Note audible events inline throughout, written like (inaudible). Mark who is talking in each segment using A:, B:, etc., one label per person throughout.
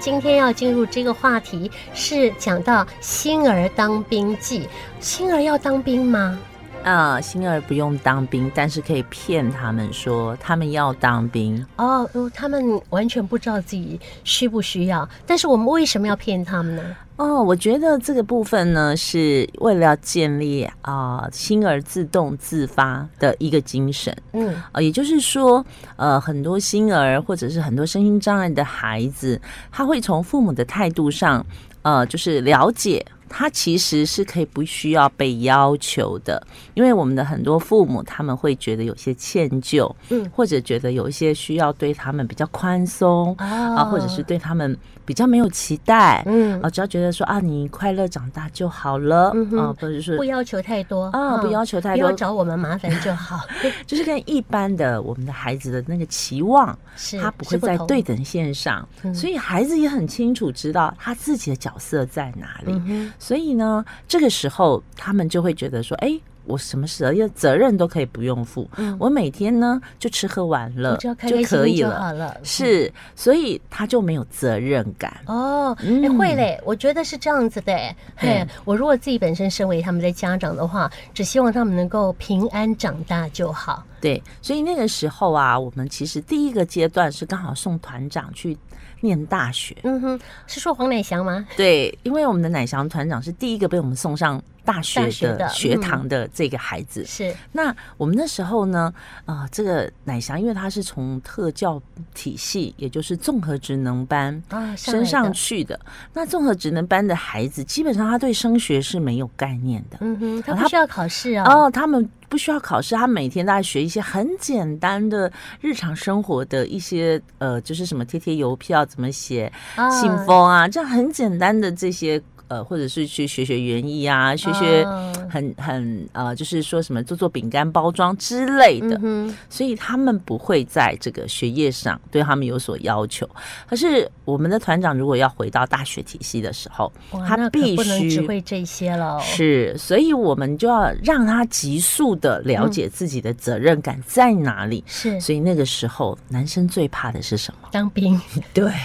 A: 今天要进入这个话题是讲到星儿当兵记，星儿要当兵吗？
B: 啊，星儿不用当兵，但是可以骗他们说他们要当兵。
A: 哦，哦他们完全不知道自己需不需要，但是我们为什么要骗他们呢？
B: 哦，我觉得这个部分呢，是为了要建立啊、呃、星儿自动自发的一个精神。
A: 嗯，
B: 呃，也就是说，呃，很多星儿或者是很多身心障碍的孩子，他会从父母的态度上，呃，就是了解他其实是可以不需要被要求的，因为我们的很多父母他们会觉得有些歉疚，
A: 嗯，
B: 或者觉得有一些需要对他们比较宽松啊、
A: 啊
B: 或者是对他们比较没有期待，
A: 嗯
B: 啊、，只要觉得说啊，你快乐长大就好了，
A: 嗯哼
B: 啊，或者是
A: 不要求太多
B: 啊，不要
A: 求
B: 求太
A: 不要
B: 多，
A: 找我们麻烦就
B: (laughs)
A: 好。
B: 就是跟一般的我们的孩子的那个期望，
A: 是，
B: 他不
A: 是
B: 会在
A: 同
B: 对等线上，
A: 嗯
B: 所以孩子也很清楚知道他自己的角色在哪里。
A: 嗯哼
B: 所以呢，这个时候他们就会觉得说，哎、我什么责任责任都可以不用负，
A: 嗯
B: 我每天呢就吃喝玩乐
A: 我只要开开心
B: 可
A: 心
B: 以
A: 就
B: 了。
A: 好了。嗯
B: 是，所以他就没有责任感。
A: 哦，哎、
B: 嗯
A: 会嘞，我觉得是这样子的、哎嘿
B: 对，
A: 我如果自己本身身为他们的家长的话，只希望他们能够平安长大就好。
B: 对，所以那个时候啊，我们其实第一个阶段是刚好送团长去念大学。
A: 嗯哼，是说黄乃翔吗？
B: 对，因为我们的奶翔团长是第一个被我们送上大学
A: 大学的
B: 的学堂的这个孩子。 (laughs)
A: 是，
B: 那我们那时候呢，啊、这个奶翔因为他是从特教体系，也就是综合职能班。
A: 啊，上海
B: 升
A: 的
B: 上去的那综合职能班的孩子，基本上他对升学是没有概念的。
A: 嗯哼，他
B: 啊
A: 不
B: 他
A: 需要考试啊。
B: 哦，他们不需要考试，他每天大概学一些很简单的日常生活的一些呃，就是什么贴贴邮票怎么写、
A: 啊
B: 信封啊，这样很简单的这些呃，或者是去学学园艺啊，学学
A: 啊
B: 很很呃，就是说什么做做饼干包装之类的。
A: 嗯哼，
B: 所以他们不会在这个学业上对他们有所要求。可是我们的团长如果要回到大学体系的时候，
A: 哇
B: 他
A: 那可
B: 必
A: 不能只
B: 须
A: 会这些了。
B: 是，所以我们就要让他急速的了解自己的责任感在哪里。
A: 是
B: 所以那个时候，男生最怕的是什么？
A: 当兵，
B: 对。 (laughs)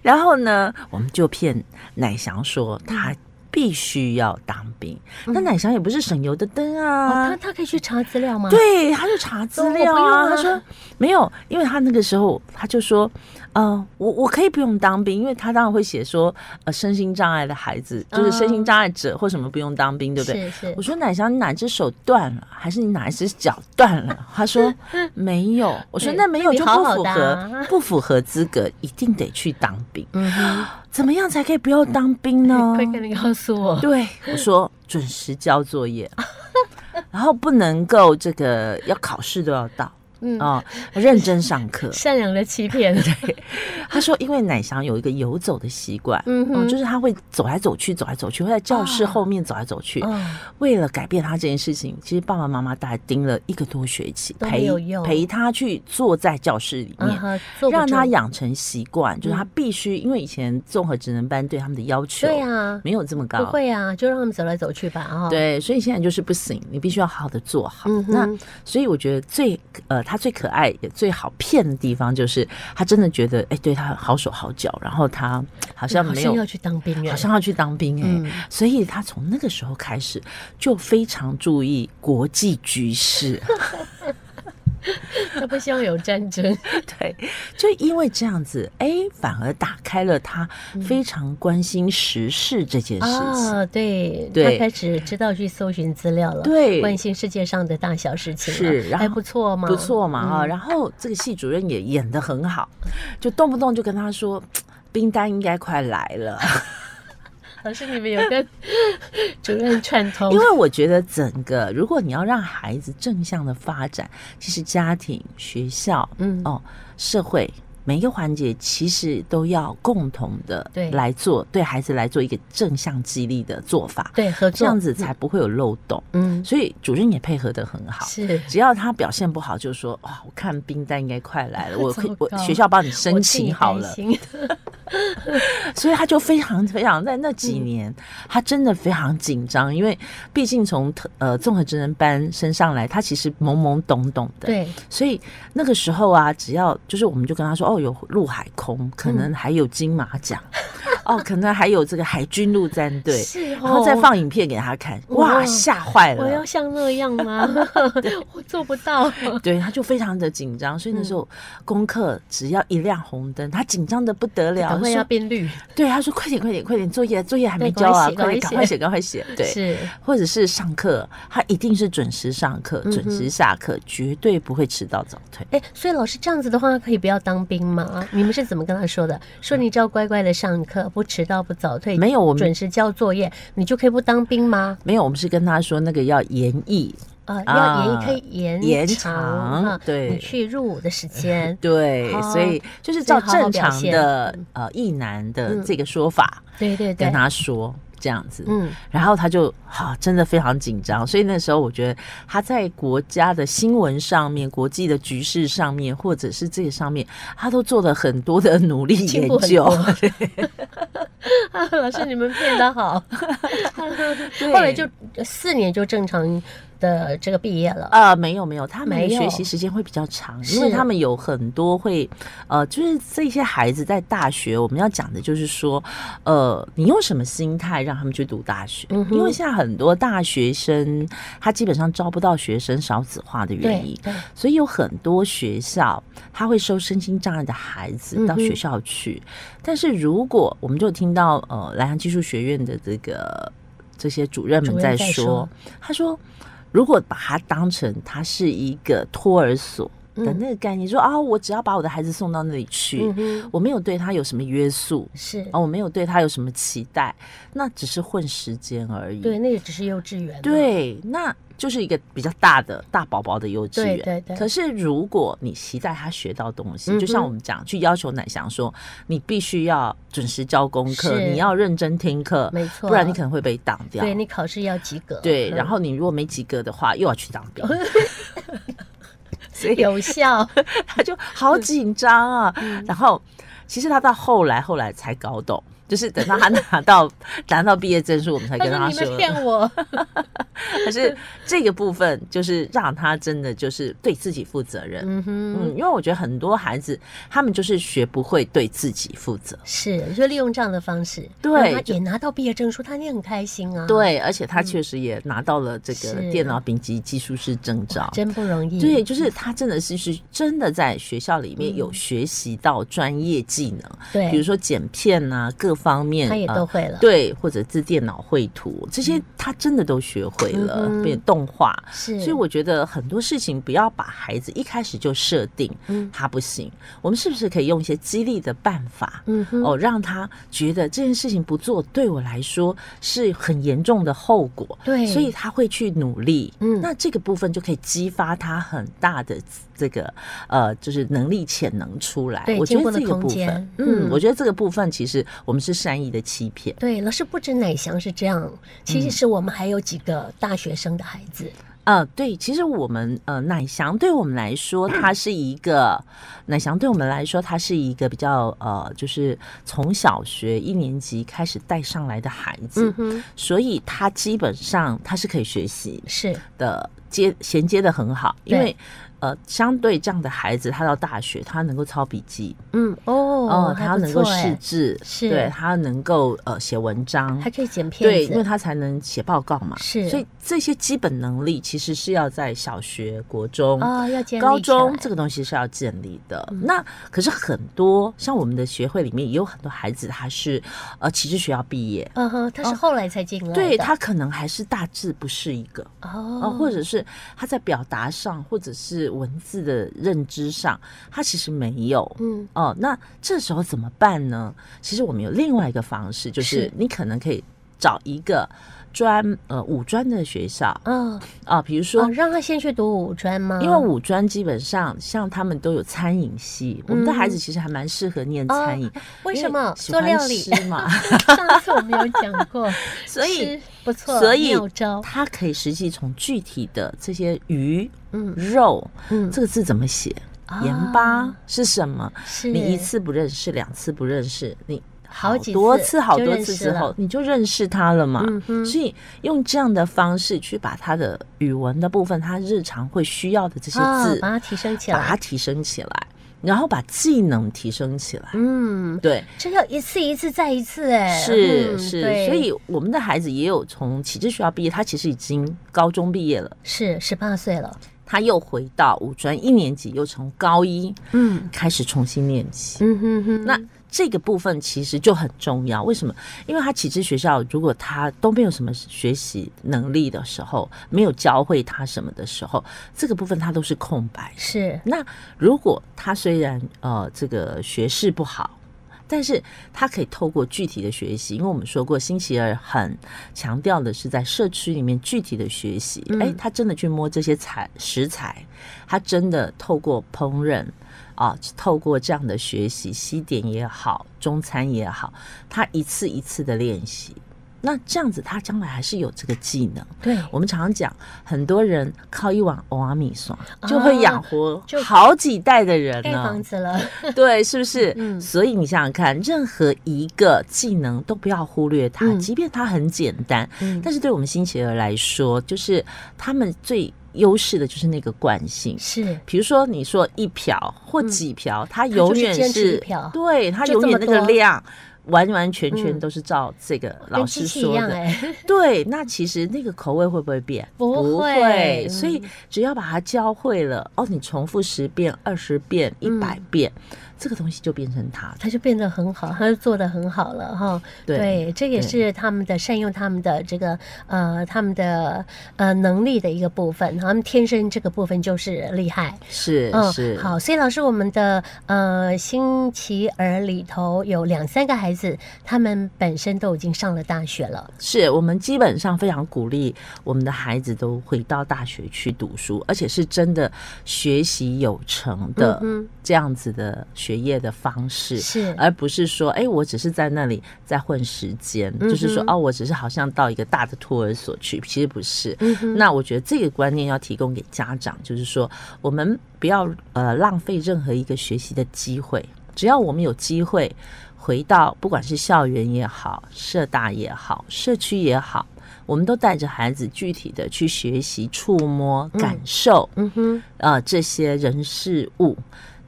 B: 然后呢，我们就骗奶翔说他必须要当兵。那奶翔也不是省油的灯
A: 嗯哦，
B: 啊。
A: 他他可以去查资料吗？，
B: 对，他就查资
A: 嗯说我
B: 料
A: 不用
B: 啊。
A: 啊
B: 他说没有，因为他那个时候他就说，呃，我我可以不用当兵，因为他当然会写说，呃，身心障碍的孩子就是身心
A: 哦
B: 障碍者或什么不用当兵，对不对？
A: 是是
B: 我，说奶翔，你哪只手断了，还是你哪一只脚断了？他说没有。我说
A: 对
B: 那没
A: 那
B: 有
A: 你
B: 就
A: 好
B: 不
A: 好
B: 符
A: 的
B: 合
A: 啊，
B: 不符合资格，一定得去当兵。
A: 嗯哼，
B: 怎么样才可以不要当兵 (gasps) 呢？
A: (laughs) 快点告诉我。
B: 对，我说准时交作业， (laughs) 然后不能够这个要考试都要到
A: 嗯，
B: 啊、认真上课。
A: 善良的欺骗，
B: 他说，因为奶翔有一个游走的习惯，哦
A: 嗯哼
B: 就是他会走来走去，走来走去，会在教室
A: 哦
B: 后面走来走去。
A: 哦
B: 为了改变他这件事情，其实爸爸妈妈大概盯了一个多学期，
A: 都没
B: 陪
A: 有用
B: 陪他去坐在教室里
A: 嗯
B: 面。
A: 哼，坐不
B: 让他
A: 住嗯
B: 养成习惯，就是他必须，因为以前综合职能班对他们的要求，
A: 对啊，
B: 没有这么高，
A: 不会啊，就让他们走来走去吧啊、哦。，
B: 对，所以现在就是不行，你必须要好好的做好。
A: 嗯哼
B: 那所以我觉得最呃，他最可爱也最好骗的地方，就是他真的觉得哎、对他好手好脚，然后他好像
A: 好
B: 没
A: 像
B: 有
A: 要，去当兵哎，(laughs)
B: 好像要去当兵哎、
A: 嗯
B: 所以他从那个时候开始就非常注意国际
A: (laughs)
B: 局势。
A: 他不希望有战
B: (laughs)
A: 争。
B: 对，就因为这样子，哎、反而打开了他非常关心时事这件事情。
A: 嗯啊，对，
B: 对
A: 他开始知道去搜寻资料了，
B: 对
A: 关心世界上的大小事情了，
B: 是然后
A: 还不错嘛，
B: 不错嘛啊哈、
A: 嗯
B: 然后这个系主任也演得很
A: (laughs)
B: 好，就动不动就跟他说。冰单应该快来了，
A: (laughs) 老师，你们有跟 (laughs) 主任串通
B: 因，为我觉得整个如果你要让孩子正向的发展，其实家庭、学校、
A: 嗯，
B: 哦社会每一个环节，其实都要共同的
A: 对
B: 来做，对孩子来做一个正向激励的做法，
A: 对，合作
B: 这样子，才不会有漏洞。
A: 嗯，
B: 所以主任也配合得很好，
A: 是。
B: 只要他表现不
A: (laughs)
B: 好，就说哇，我看冰单应该快来了，我
A: 糟糕
B: 我学校帮你申
A: 我替你
B: 请好 (laughs)
A: 担
B: 了。
A: 心
B: 所以他就非常非常在那几年，
A: 嗯
B: 他真的非常紧张，因为毕竟从特呃综合职能班升上来，他其实懵懵懂懂的，
A: 对，
B: 所以那个时候啊，只要就是我们就跟他说，哦，有陆海空，可能还有金
A: (laughs)
B: 马奖，哦，可能还有这个海军陆战队，
A: 是哦，
B: 然后再放影片给他看，
A: 哇
B: 哇，吓坏
A: 我
B: 了
A: 要。像那样吗？ (laughs) 我做不到。 (laughs)
B: 对，他就非常的紧张，所以
A: 嗯
B: 那时候功课只要一亮红灯，他紧张的不得了。
A: 等
B: 他
A: 会
B: 说
A: 要变绿，
B: 对，他说快点快点快点，作业作业还没
A: 对赶
B: 交
A: 快
B: 啊，
A: 写
B: 快点赶
A: 赶
B: 快
A: 快
B: 写赶
A: (laughs)
B: 快写，对。
A: 是
B: 或者是上课，他一定是准时上课、准
A: 嗯
B: 时
A: 哼
B: 下课，绝对不会迟到早退。
A: 哎、所以老师这样子的话，可以不要当兵吗？你们是怎么跟他说的？说你只要乖乖的上课，不迟到不早退，
B: 没有我们
A: 准时交作业，你就可以不当兵吗？
B: 没有，我们是跟他说那个要延役，
A: 呃，
B: 啊
A: 要延可以延
B: 延
A: 长
B: 长
A: 哈
B: 对。
A: 你去入伍的时间
B: (laughs) 对，
A: 哦
B: 所以就
A: 所
B: 是
A: 以
B: 照
A: 好好
B: 正
A: 表
B: 常
A: 现
B: 的呃役男的
A: 嗯
B: 这个说法、
A: 对对对
B: 跟，他说这样子，
A: 嗯，
B: 然后他就好、真的非常紧张，所以那时候我觉得他在国家的新闻上面、国际的局势上面，或者是这个上面，他都做了很多的努力
A: 进 (laughs)
B: 研
A: 步很
B: 究。
A: 多啊 (laughs) 老师你们变得好。
B: (laughs) 对
A: 后来就四年就正常的这个毕业了。
B: (laughs) 呃，没有没有，他们的
A: 没有
B: 学习时间会比较长，因为
A: 是
B: 他们有很多会，呃，就是这些孩子在大学，我们要讲的就是说，呃，你用什么心态让他们去读大学？
A: 嗯哼
B: 因为现在很多大学生他基本上招不到学生少子化的原
A: 对
B: 因，
A: 对，
B: 所以有很多学校他会收身心障碍的孩子
A: 嗯哼
B: 到学校去，但是如果我们就听到呃莱阳技术学院的这个这些主任们
A: 主任
B: 在
A: 在
B: 说，
A: 说
B: 他说如果把它当成它是一个托儿所的
A: 嗯
B: 那个概念，说啊、我只要把我的孩子送到那里去，
A: 嗯哼，
B: 我没有对他有什么约束。
A: 是
B: 啊，我没有对他有什么期待，那只是混时间而已。
A: 对，那也只是幼稚园嘛。
B: 对，那就是一个比较大的大宝宝的幼稚
A: 对
B: 园。
A: 对对
B: 可是如果你期待他学到东西，
A: 嗯
B: 就像
A: 哼
B: 我们讲，去要求奶翔说，你必须要准时交功课，
A: 是
B: 你要认真听课，
A: 没错
B: 不然你可能会被挡掉。
A: 对你考试要及格，
B: 对
A: 嗯
B: 然后你如果没及格的话，又要去当
A: (laughs)
B: 兵。所以
A: 有效，
B: 他就好紧张啊。
A: 嗯
B: 然后，其实他到后来后来才搞懂，就是等到他拿
A: (laughs)
B: 到拿到毕业证书，我们才
A: 他
B: 跟
A: 说
B: 他
A: 你们
B: 说。
A: 骗我，
B: 可是这个部分就是让他真的就是对自己负责任。
A: (laughs) 嗯哼，
B: 嗯，因为我觉得很多孩子他们就是学不会对自己负责，
A: 嗯是，就利用这样的方式，
B: 对
A: 让他
B: 就
A: 也拿到毕业证书，他也很开心啊，，
B: 对，而且他确实也拿到了这个
A: 是
B: 电脑丙级技术师证照。
A: 真不容易，
B: 对，，就是他真的是是真的在学校里面有学习到专业技能，
A: 嗯对，
B: 比如说剪片啊，各方面
A: 他也
B: 呃
A: 都会了，
B: 对，或者自电脑绘图这些，他真的都学会了，
A: 嗯哼
B: 变动画，
A: 是，
B: 所以我觉得很多事情不要把孩子一开始就设定
A: 嗯
B: 他不行，我们是不是可以用一些激励的办法？
A: 嗯哼，
B: 哦，让他觉得这件事情不做对我来说是很严重的后果，
A: 对
B: 所以他会去努力。
A: 嗯
B: 那这个部分就可以激发他很大的这个呃，就是能力潜能出来
A: 对。
B: 我觉
A: 进步
B: 得
A: 的
B: 这个
A: 空
B: 部
A: 间
B: 分，嗯，
A: 嗯
B: 我觉得这个部分其实我们是善意的欺骗。
A: 对，老师不止奶翔是这样，其
B: 嗯
A: 实是我们还有几个大学生的孩子，
B: 呃，对，其实我们呃，奶翔对我们来说，它是一个奶翔对我们来说，它是一个比较呃，就是从小学一年级开始带上来的孩子，
A: 嗯哼，
B: 所以他基本上他是可以学习
A: 是
B: 的，接衔接的很好，因
A: 对
B: 为呃，相对这样的孩子，他到大学他能够抄笔记，
A: 嗯哦，
B: 他
A: 还不
B: 能够
A: 错哎
B: 识字，
A: 是
B: 对他能够呃写文章，
A: 还可以剪片
B: 对，因为
A: 子，
B: 他才能写报告嘛，
A: 是
B: 所以这些基本能力其实是要在小学、国中、
A: 啊，要建立
B: 高
A: 起
B: 中
A: 来嗯
B: 这个东西是要建立的。那可是很多像我们的学会里面也有很多孩子，他是呃启智学校毕业，
A: 嗯哼，他是
B: 哦
A: 后来才进来的，
B: 对他可能还是大致不是一个。啊、
A: 哦，
B: 或者是他在表达上，或者是文字的认知上，他其实没有。
A: 嗯
B: 哦，那这时候怎么办呢？其实我们有另外一个方式，就是
A: 是
B: 你可能可以找一个专呃五专的学校
A: 嗯，
B: 啊、比如说。
A: 哦，让他先去读五专吗？
B: 因为五专基本上像他们都有餐饮系，我们的孩子其实还蛮适合念餐饮，
A: 嗯啊为
B: 因
A: 什么
B: 喜
A: 做
B: 欢
A: 料理？
B: 吃嘛，
A: (laughs)
B: (laughs)
A: 上次我们有讲过，
B: 所以
A: 吃不错，
B: 所以
A: 妙招，
B: 他可以实际从具体的这些鱼、
A: 嗯
B: 肉
A: 嗯
B: 这个字怎么写，
A: 啊
B: 盐巴是什么？
A: 是
B: 你一次不认识，两次不认识，你
A: 好几
B: 多
A: 次
B: 次、好
A: 就
B: 多
A: 认
B: 次
A: 识
B: 之
A: 了
B: 后，你就认识它了嘛。
A: 嗯哼
B: 所以用这样的方式去把它的语文的部分，它日常会需要的这些
A: 啊
B: 字，
A: 把它提升起
B: 把它
A: 来。
B: 提升起来，然后把技能提升起来。
A: 嗯，
B: 对，
A: 这要一次一次再一次哎、
B: 是
A: 嗯
B: 是，
A: 对
B: 所以我们的孩子也有从启智学校毕业，他其实已经高中毕业了，
A: 是十八岁了。
B: 他又回到五专一年级，又从高一
A: 嗯
B: 开始重新练习。
A: 嗯哼哼，
B: 那这个部分其实就很重要，为什么？因为他启智学校如果他都没有什么学习能力的时候，没有教会他什么的时候，这个部分他都是空白。
A: 是
B: 那如果他虽然呃这个学识不好，但是他可以透过具体的学习，因为我们说过星期二很强调的是在社区里面具体的学习。
A: 嗯
B: 哎、他真的去摸这些材食材，他真的透过烹饪啊，透过这样的学习，西点也好，中餐也好，他一次一次的练习。那这样子，他将来还是有这个技能。
A: 对，
B: 我们常常讲，很多人靠一碗欧阿米刷就会养活
A: 就
B: 好几代的人
A: 啊盖房
B: 呢、
A: 子了。
B: (laughs) 对，是不是？
A: (laughs) 嗯
B: 所以你想想看，任何一个技能都不要忽略它，
A: 嗯
B: 即便它很简单，
A: 嗯
B: 但是对我们新学儿来说，就是他们最优势的就是那个惯性。
A: (laughs) 是
B: 比如说，你说一瓢或几瓢，它永远
A: 嗯就是坚持
B: 是
A: 一瓢
B: 对它
A: 就这
B: 永
A: 么
B: 远那个
A: 多
B: 量，完完全全
A: 嗯
B: 都是照这个老
A: 跟机
B: 师
A: 器一
B: 说
A: 样
B: 的。
A: 哎、
B: 对，那其实那个口味会不会变？
A: 不会嗯
B: 所以只要把它教会了，哦，你重复十遍、二十遍、一
A: 嗯
B: 百遍，这个东西就变成它的。
A: 他就变得很好，他就做得很好了哈。
B: 对
A: 这也是他们的善用他们的这个呃他们的呃能力的一个部分，他们天生这个部分就是厉害。
B: 是、是，
A: 嗯好，所以老师，我们的呃星期儿里头有两三个孩子，他们本身都已经上了大学了，
B: 是我们基本上非常鼓励我们的孩子都回到大学去读书，而且是真的学习有成的
A: 嗯哼
B: 这样子的学业的方式。
A: 是
B: 而不是说，哎、我只是在那里在混时间，
A: 嗯哼
B: 就是说，哦，我只是好像到一个大的托儿所去，其实不是。
A: 嗯哼
B: 那我觉得这个观念要提供给家长，就是说，我们不要呃浪费任何一个学习的机会，只要我们有机会回到不管是校园也好、社大也好、社区也好，我们都带着孩子具体的去学习、触摸、感受。
A: 嗯哼，
B: 呃这些人事物，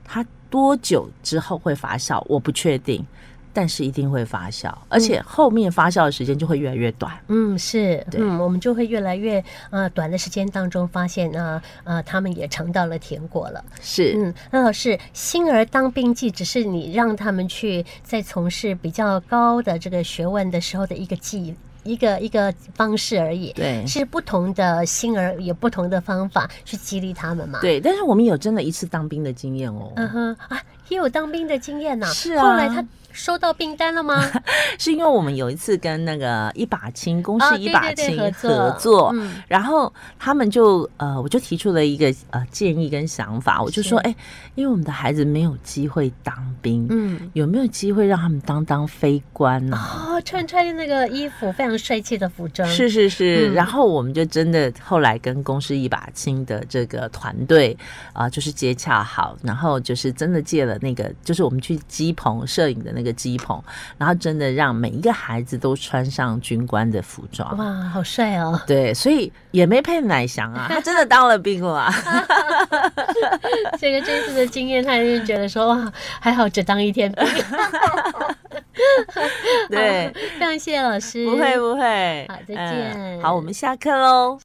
B: 它多久之后会发酵，我不确定，但是一定会发酵，而且后面发酵的时间就会越来越短。
A: 嗯是，
B: 对
A: 嗯，我们就会越来越呃短的时间当中发现啊啊、呃他们也尝到了甜果了。
B: 是，
A: 嗯，那老师，星儿当兵记只是你让他们去在从事比较高的这个学问的时候的一个记一个一个方式而已，
B: 对。
A: 是不同的星儿有不同的方法去激励他们嘛？，
B: 对，但是我们有真的一次当兵的经验哦，
A: 嗯哼啊，也有当兵的经验呐、
B: 是啊
A: 后来他收到订单了
B: (laughs)
A: 吗？
B: 是因为我们有一次跟那个一把青公
A: 啊，
B: 司
A: 对
B: 一把
A: 对
B: 青
A: 对，合
B: 合作，
A: 作，嗯
B: 然后他们就呃，我就提出了一个呃建议跟想法，我就是说，哎，因为我们的孩子没有机会当兵， (laughs)
A: 嗯。
B: 有没有机会让他们当当飞官啊呢、
A: 哦，穿穿那个衣服非常帅气的服装，
B: 是是是，
A: 嗯
B: 然后我们就真的后来跟公司一把青的这个团队啊、就是接洽好，然后就是真的借了那个，就是我们去机棚摄影的那个机棚，然后真的让每一个孩子都穿上军官的服装。
A: 哇，好帅哦！ (laughs)
B: 对，所以也没配奶翔啊，他真的当了兵了啊。 (laughs)
A: 这个这次的经验，他就觉得说哇，还好只当一天兵。(laughs)
B: 对
A: 好，非常谢谢老师。
B: 不会不会。嗯
A: 好再见
B: 好，我们下课喽。